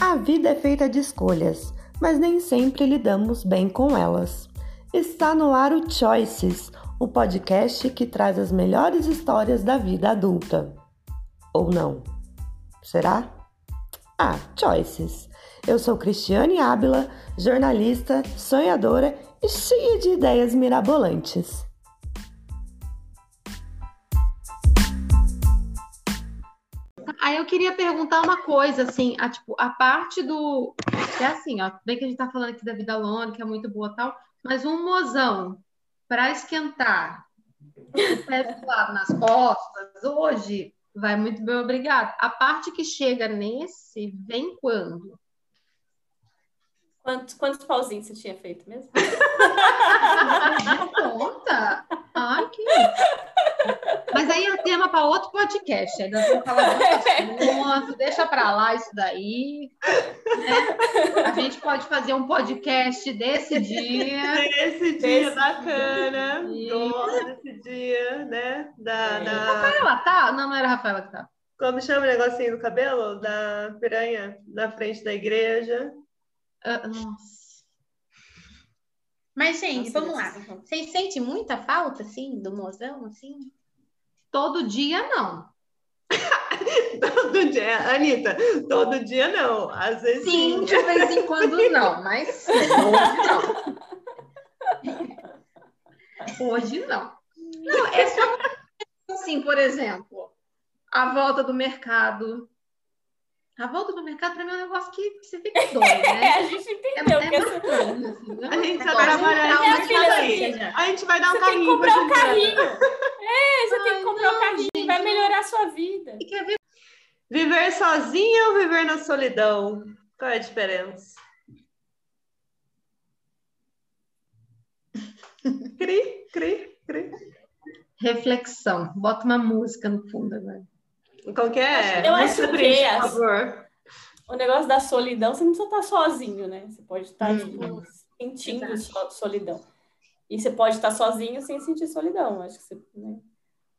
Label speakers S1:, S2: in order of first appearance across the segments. S1: A vida é feita de escolhas, mas nem sempre lidamos bem com elas. Está no ar o Choices, o podcast que traz as melhores histórias da vida adulta. Ou não? Será? Ah, Choices! Eu sou Cristiane Ábila, jornalista, sonhadora e cheia de ideias mirabolantes.
S2: Aí eu queria perguntar uma coisa, assim, a, tipo, a parte do. É assim, ó, bem que a gente tá falando aqui da vida longa, que é muito boa e tal, mas um mozão para esquentar, pé lado nas costas, hoje vai muito bem, obrigado. A parte que chega nesse vem quando?
S3: Quantos, quantos pauzinhos você tinha feito mesmo?
S2: Me conta! Ai, que. Mas aí é tema para outro podcast. Ainda vamos falar de outro assunto, deixa para lá isso daí. né? A gente pode fazer um podcast desse dia.
S4: Esse dia bacana, gosto desse dia,
S3: É.
S4: né? Da, da-
S2: Rafaela tá? Não, não era a Rafaela que tá.
S4: Como chama o negocinho do cabelo? Da piranha, na frente da igreja.
S2: Ah, nossa.
S5: Mas, gente,
S3: Nossa,
S5: vamos lá.
S3: dessas são-
S5: Vocês sentem muita falta, assim, do mozão, assim?
S2: Todo dia não.
S4: Todo dia, Anitta, todo dia não. Às vezes
S2: Sim, de vez em quando não, mas sim, hoje não. Hoje não. Não, é só assim, por exemplo, a volta do mercado. A volta do mercado para mim é um negócio que você fica doido,
S3: É,
S2: né?
S3: a gente
S2: É,
S3: entendeu.
S2: é
S3: porque você-
S2: bacana, assim, né?
S4: A
S3: é
S4: gente tá
S2: Agora,
S4: trabalhando
S2: minha
S4: nisso
S3: filha
S4: aí.
S3: assim,
S4: A gente vai dar um
S3: Você tem que
S4: carrinho pra
S3: comprar um
S4: Juliana.
S3: carrinho. É, você tem
S2: Ai,
S3: que comprar
S2: não,
S3: um carrinho.
S2: gente,
S3: vai
S2: não.
S3: melhorar a sua vida.
S2: E quer ver?
S4: Viver sozinha ou viver na solidão? Qual é a diferença? Cri, cri, cri.
S2: Reflexão. Bota uma música no fundo agora.
S4: Qual que é?
S3: Eu
S4: Me
S3: acho
S4: surpreende,
S3: que é
S4: por
S3: as-
S4: favor.
S3: O negócio da solidão, você não precisa estar sozinho, né? Você pode estar
S5: Hum.
S3: tipo, sentindo
S5: Exato.
S3: so- solidão. E você pode estar sozinho sem sentir solidão. Acho que você, né?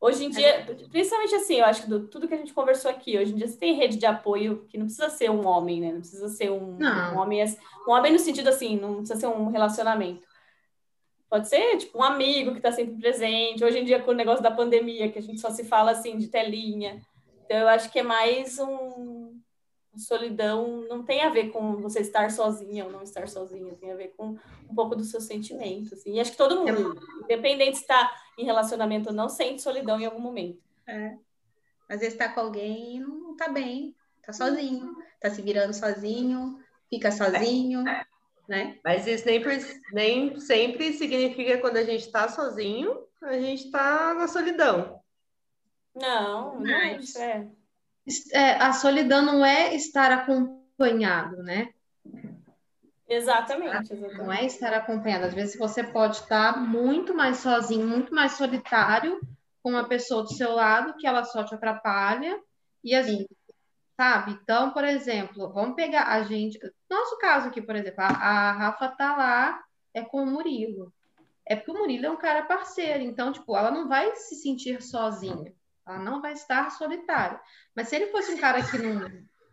S3: Hoje em dia, principalmente assim, eu acho que do, tudo que a gente conversou aqui, hoje em dia você tem rede de apoio que não precisa ser um homem, né? Não precisa ser um,
S2: Não.
S3: um homem. ass- Um homem no sentido assim, não precisa ser um relacionamento. Pode ser, tipo, um amigo que está sempre presente. Hoje em dia, com o negócio da pandemia, que a gente só se fala assim, de telinha. Então, eu acho que é mais um. Solidão não tem a ver com você estar sozinha ou não estar sozinha, tem a ver com um pouco do seu sentimento. Assim. E acho que todo mundo, independente se tá está em relacionamento ou não, sente solidão em algum momento.
S5: Às vezes tá com alguém e não tá bem, tá sozinho, tá se virando sozinho, fica sozinho, né?
S4: Mas isso nem, per- nem sempre significa que quando a gente tá sozinho, a gente tá na solidão.
S3: Não, não é isso. É.
S2: É, a solidão não é estar acompanhado, né?
S3: Exatamente, exatamente.
S2: Não é estar acompanhado. Às vezes você pode estar muito mais sozinho, muito mais solitário com uma pessoa do seu lado que ela só te atrapalha. E às
S5: Sim.
S2: sabe? Então, por exemplo, vamos pegar a gente. Nosso caso aqui, por exemplo, a, a Rafa tá lá, é com o Murilo. É porque o Murilo é um cara parceiro, então, tipo, ela não vai se sentir sozinha. Ela não vai estar solitária. Mas se ele fosse um cara que não.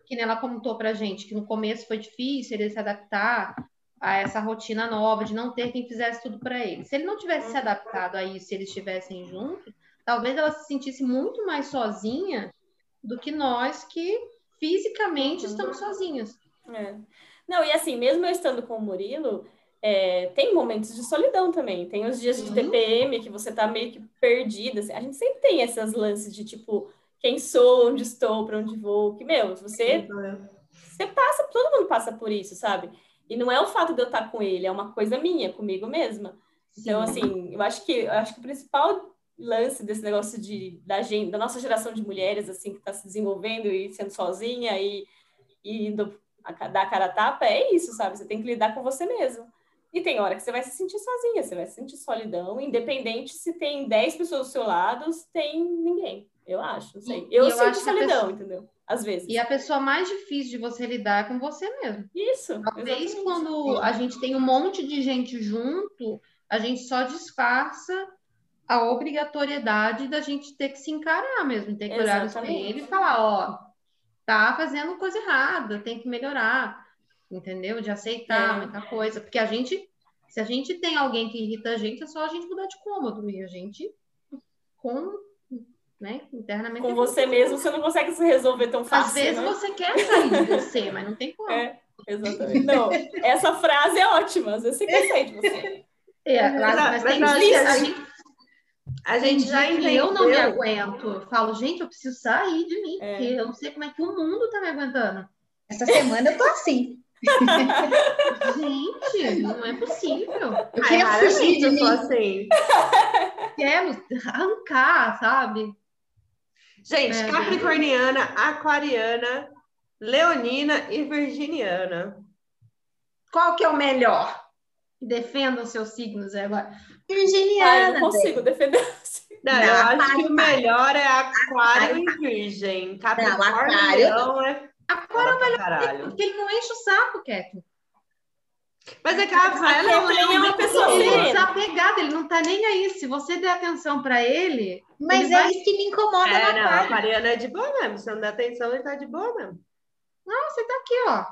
S2: Que nem ela contou pra gente, que no começo foi difícil ele se adaptar, a essa rotina nova de não ter quem fizesse tudo para ele. Se ele não tivesse
S3: Uhum.
S2: se adaptado a isso, se eles estivessem juntos, talvez ela se sentisse muito mais sozinha do que nós que
S3: Uhum.
S2: fisicamente estamos sozinhas.
S3: É. Não, e assim, mesmo eu estando com o Murilo, é, tem momentos de solidão também. Tem os dias de
S2: Sim.
S3: TPM que você tá meio que perdida. assim. A gente sempre tem esses lances de tipo, quem sou, onde estou, para onde vou. Que, meu, se você Você passa, todo mundo passa por isso, sabe? E não é o fato de eu estar com ele, é uma coisa minha, comigo mesma. Então, assim, eu acho que eu acho que o principal lance desse negócio de da gente, da nossa geração de mulheres assim que está se desenvolvendo e sendo sozinha e, e indo a ca- dar a cara a tapa é isso, sabe? Você tem que lidar com você mesmo. E tem hora que você vai se sentir sozinha, você vai se sentir solidão, independente se tem 10 pessoas do seu lado, se tem ninguém. Eu acho, não sei.
S2: E-
S3: Eu,
S2: e eu
S3: sinto
S2: acho que a
S3: solidão,
S2: pessoa-
S3: entendeu? Às vezes.
S2: E a pessoa mais difícil de você lidar é com você mesmo.
S3: Isso.
S2: Talvez
S3: exatamente.
S2: quando a gente tem um monte de gente junto, a gente só disfarça a obrigatoriedade da gente ter que se encarar mesmo, ter que olhar no
S3: Exatamente.
S2: espelho e falar, ó, tá fazendo coisa errada, tem que melhorar, entendeu? De aceitar
S3: É.
S2: muita coisa. Porque a gente, se a gente tem alguém que irrita a gente, é só a gente mudar de cômodo. E a gente, com, né, internamente.
S3: Com você mesmo, você não consegue se resolver tão fácil.
S2: Às vezes
S3: né?
S2: você quer sair de você, mas não tem como. É,
S3: É, exatamente. Não, essa frase é ótima. Às vezes você tipo assim. quer sair de você.
S2: É,
S3: É
S2: mas, mas tem
S4: Mas-
S2: dia, a
S4: mas-
S2: gente,
S4: A gente já
S2: tem dia
S4: entendeu.
S2: que eu não me aguento. Eu falo, gente, eu preciso sair de mim,
S3: É.
S2: porque eu não sei como é que o mundo tá me aguentando.
S5: Essa semana eu tô assim.
S2: Gente, não é possível.
S5: Eu
S4: Ai,
S5: queria
S4: raramente
S5: fugir de
S4: eu sou
S5: mim.
S4: assim.
S2: quero arrancar, sabe?
S4: Gente,
S2: É,
S4: capricorniana, aquariana, leonina e virginiana.
S2: Qual que é o melhor? Defendam seus signos é, aí agora.
S3: Ah, eu
S5: Virginiana.
S3: não consigo defender. você.
S4: Não,
S5: Não,
S4: eu acho
S5: aquário
S4: que o melhor é aquário e virgem. Capricórnio
S5: aquário
S4: não é
S2: Agora,
S4: foda pra caralho.
S2: porque ele não enche o saco, Keto.
S4: Mas é que a Rafaela é um
S3: Aquele é uma
S4: leão
S3: pessoa
S2: Ele é
S3: serena.
S2: desapegado, ele não tá nem aí. Se você der atenção pra ele,
S5: Mas
S2: Ele
S5: é
S2: vai-
S5: isso que me incomoda
S4: É,
S5: na
S4: não, a
S5: parte.
S4: aquariana é de boa mesmo. Se não der atenção, ele tá de boa mesmo.
S2: não, você tá aqui, ó.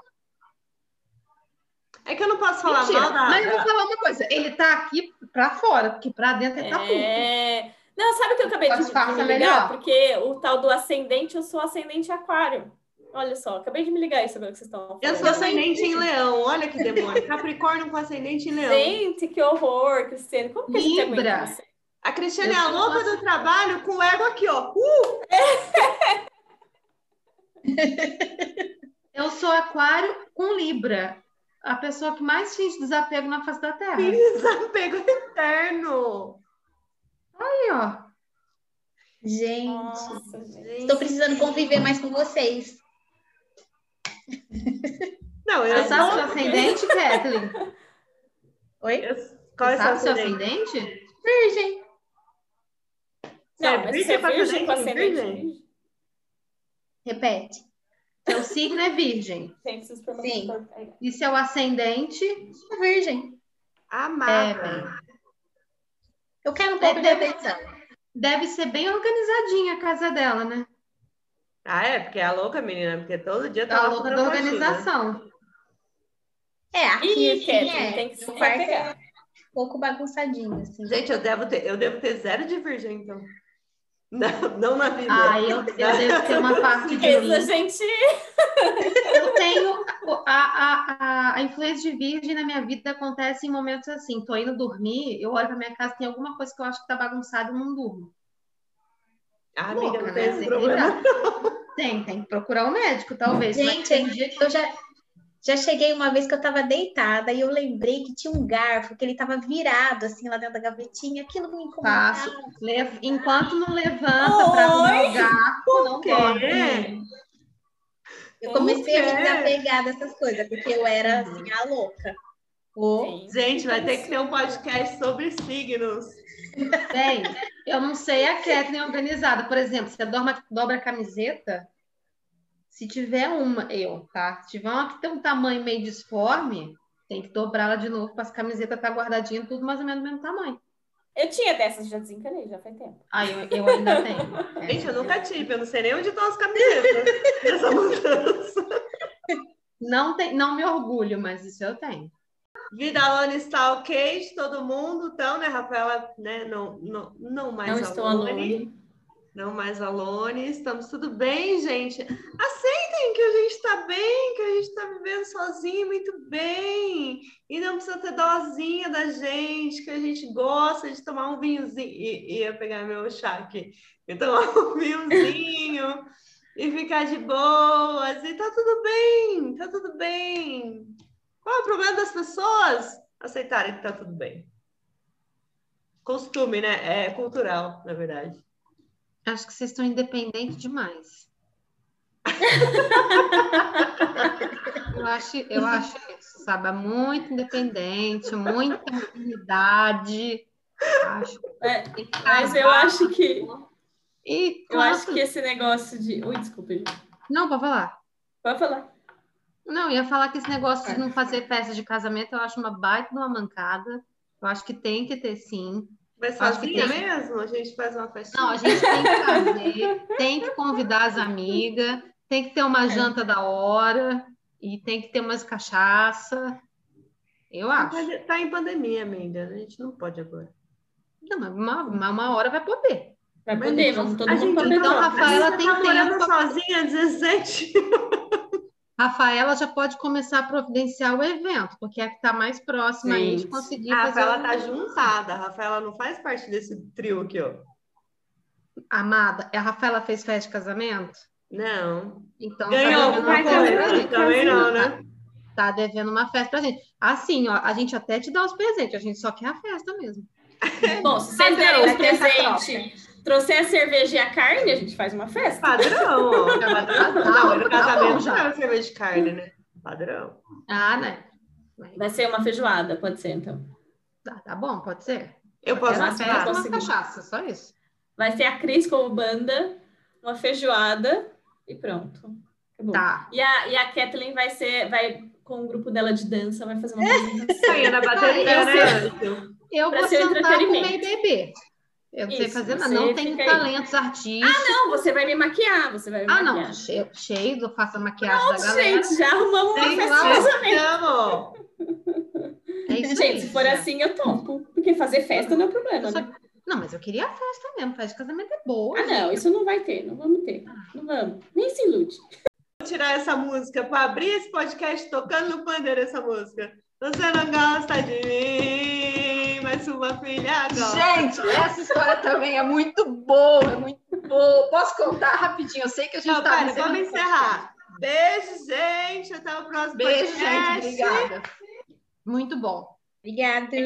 S4: É que eu não posso falar
S2: Mentira.
S4: mal da...
S2: Mas eu vou falar uma coisa. Ele tá aqui pra fora, porque pra dentro ele tá puto.
S3: É... Não, sabe o que eu acabei de, de
S2: Disfarça
S3: me
S2: melhor.
S3: ligar? Porque o tal do ascendente, eu sou ascendente aquário. Olha só, acabei de me ligar isso agora que vocês estão falando.
S4: Eu sou ascendente em leão. Olha que demônio. Capricórnio com ascendente em leão.
S3: Gente, que horror, Cristiano. Como que a gente é assim?
S2: Libra.
S3: aguenta isso?
S4: A Cristiane
S2: Eu
S4: é a
S2: sou
S4: louca do trabalho com o ego aqui, ó. Uh!
S2: Eu sou aquário com Libra. A pessoa que mais finge desapego na face da Terra. Aí,
S4: Desapego interno.
S2: ó.
S5: Gente,
S3: Nossa, gente.
S5: estou precisando conviver mais com vocês.
S4: Não, eu
S2: Você
S4: sou.
S2: sabe o seu ascendente, Kathleen?
S5: Oi?
S4: eu- Qual é
S2: Você sabe o seu
S4: seu ascendente?
S2: ascendente?
S5: Virgem.
S4: Você
S3: Não,
S4: é
S3: mas
S4: virgem
S3: você é
S4: pra
S3: virgem com
S4: ascendente,
S3: ascendente.
S4: virgem?
S3: virgem?
S5: Repete.
S2: Seu signo é virgem.
S3: Gente, preciso perguntar.
S5: Sim.
S2: E seu ascendente
S5: Sou virgem.
S2: É,
S4: Amada.
S5: Eu quero um pouco de atenção.
S2: deve ser bem organizadinha a casa dela, né?
S4: Ah, é? Porque é a louca, menina. Porque todo dia tá
S2: Tá
S4: lá
S2: louca
S4: fazendo
S2: da
S4: faxina.
S2: organização.
S5: É, aqui
S3: Ih,
S5: assim,
S3: Kathleen,
S5: é.
S3: tem que se
S5: Meu quarto é
S3: pegar.
S5: um pouco bagunçadinho, assim.
S4: Gente, eu devo, ter, eu devo ter zero de virgem, então. Não, não na vida.
S2: Ah, eu, eu devo ter uma parte de mim.
S3: Essa gente
S2: Eu tenho a, a, a, a influência de virgem na minha vida acontece em momentos assim. Tô indo dormir, eu olho pra minha casa, tem alguma coisa que eu acho que tá bagunçada e eu não durmo.
S4: Ah, amiga,
S2: Louca,
S4: não tem
S2: né?
S4: esse
S2: Tem que
S4: problema.
S2: lidar. Tem, tem que procurar um médico, talvez. mas
S4: é
S5: Gente,
S2: tem um dia que
S5: Eu já, já cheguei uma vez que eu tava deitada e eu lembrei que tinha um garfo, que ele tava virado assim lá dentro da gavetinha. Aquilo me incomodava.
S2: Faço. Lev- Enquanto não levanta pra arrumar o garfo, não né?
S4: quê?
S2: dorme.
S5: Eu comecei a me
S4: Como que é?
S5: desapegar dessas coisas, porque eu era assim, a louca. Ou
S4: Gente, vai ter que ter um podcast sobre signos.
S2: Bem, eu não sei a Kathleen organizada. Por exemplo, você dorma- dobra a camiseta, se tiver uma, eu, tá? Se tiver uma que tem um tamanho meio disforme, tem que dobrá-la de novo para as camisetas estar tá guardadinha tudo mais ou menos do mesmo tamanho.
S3: Eu tinha dessas, já desencanei, já faz tempo.
S2: Aí eu, eu ainda tenho.
S4: Gente, eu nunca tive. Eu não sei nem onde estão as camisetas dessa mudança.
S2: Não, tem, não me orgulho, mas isso eu tenho.
S4: Vidalone está ok de todo mundo, então, né, Rafaela? Né, não, não, não mais
S3: não estou
S4: Alone.
S3: alone.
S4: Não mais alone. Estamos tudo bem, gente. Aceitem que a gente está bem, que a gente está vivendo sozinho muito bem. E não precisa ter dozinha da gente, que a gente gosta de tomar um vinhozinho. I, ia pegar meu chá aqui. E tomar um vinhozinho. E ficar de boas, e tá tudo bem, tá tudo bem. Qual é o problema das pessoas aceitarem que tá tudo bem? Costume, né? É cultural, na verdade.
S2: Acho que vocês estão independentes demais. eu, acho, eu acho isso, sabe? É Muito independente, muita intimidade. Acho
S3: É,
S2: que tem que
S3: Mas eu
S2: acabar.
S3: acho que
S2: E
S3: eu
S2: quanto-
S3: acho que esse negócio de. Ui, desculpa, gente.
S2: Não, pode falar.
S3: Pode falar.
S2: Não, eu ia falar que esse
S3: É.
S2: negócio de não fazer festa de casamento eu acho uma baita de uma mancada. Eu acho que tem que ter sim.
S4: Mas
S2: Acho que
S4: sozinha
S2: tem.
S4: mesmo? A gente faz uma festinha?
S2: Não, a gente tem que fazer, tem que convidar as amigas, Tem que ter uma
S4: É.
S2: janta da hora e tem que ter umas cachaça. Eu acho.
S4: Tá em pandemia, amiga. A gente não pode agora.
S2: Não, mas uma, uma- uma hora vai poder.
S3: Vai
S4: Mas
S3: poder,
S4: então,
S3: vamos É todo
S4: a
S3: mundo
S4: gente-
S3: pra
S2: então,
S3: Petrópolis.
S2: Rafael- Rafaela
S4: Você
S2: tem
S4: tá morando
S2: tempo.
S4: sozinha, 17.
S2: Rafaela já pode começar a providenciar o evento, porque é a que está mais próxima aí de
S3: Gente.
S2: conseguir
S4: A
S2: fazer.
S4: Rafaela
S2: o-
S4: tá juntada. A Rafaela não faz parte desse trio aqui, ó.
S2: Amada, a Rafaela fez festa de casamento?
S4: Não.
S2: Então
S4: Ganhou
S2: tá devendo
S4: alguma
S2: uma festa pra
S4: coisa?
S2: gente. Assim,
S4: Também não, né?
S2: Tá devendo uma festa pra gente. Assim, ó, a gente até te dá os presentes, a gente só quer a festa mesmo.
S3: Bom, se você
S5: Rafaela,
S3: der os
S5: vai ter essa
S3: presentes, trouxer a cerveja e a carne, a gente faz uma festa.
S4: Padrão, ó. Não,
S2: tá bom
S4: no casamento
S2: já.
S4: não era cerveja de carne, né? Padrão.
S2: Ah, né?
S3: Vai ser uma feijoada, pode ser, então.
S2: Tá, tá bom, pode ser.
S4: Eu posso
S2: Uma
S3: Nossa,
S2: festa,
S3: eu
S2: uma
S4: participar.
S3: consigo.
S2: cachaça, só isso.
S3: Vai ser a Cris como banda, uma feijoada e pronto. Acabou.
S2: Tá.
S3: E a, e a Kathleen vai ser, vai com o grupo dela de dança, vai fazer uma apresentação.
S4: Sonha na bateria,
S3: Eu
S4: né? Anjo?
S2: Eu
S3: Pra
S2: vou
S3: ser
S2: sentar com o meio
S3: entretenimento.
S2: bebê. Eu não sei
S3: Isso,
S2: fazer nada,
S3: você
S2: não tenho
S3: fica aí.
S2: talentos artísticos.
S3: Não, você vai me maquiar, você vai me
S2: Ah, não,
S3: maquiar.
S2: che- cheio do faça maquiagem da
S3: Nossa,
S2: galera.
S3: gente, já arrumamos uma
S4: Tem
S3: festa
S2: lá,
S3: de casamento.
S4: Não.
S2: É isso aí,
S3: Gente, se for
S2: já.
S3: assim, eu topo. Porque fazer festa não é problema,
S2: Eu só-
S3: né?
S2: Não, mas eu queria a festa mesmo, festa de casamento é boa.
S3: Ah, não, isso não vai ter, não vamos ter. Não vamos. Nem se ilude.
S4: Vou tirar essa música pra abrir esse podcast tocando no pandeiro essa música. Você não gosta de mim, mas sua filha gosta.
S5: Gente, essa história também é muito boa, é muito boa. Posso contar rapidinho? Eu sei que a gente
S4: Não,
S5: tá
S4: Então, pera, vamos encerrar. Beijo, gente. Até o próximo
S5: Beijo, gente.
S4: podcast.
S5: Obrigada.
S2: Muito bom.
S3: É,
S5: Obrigada.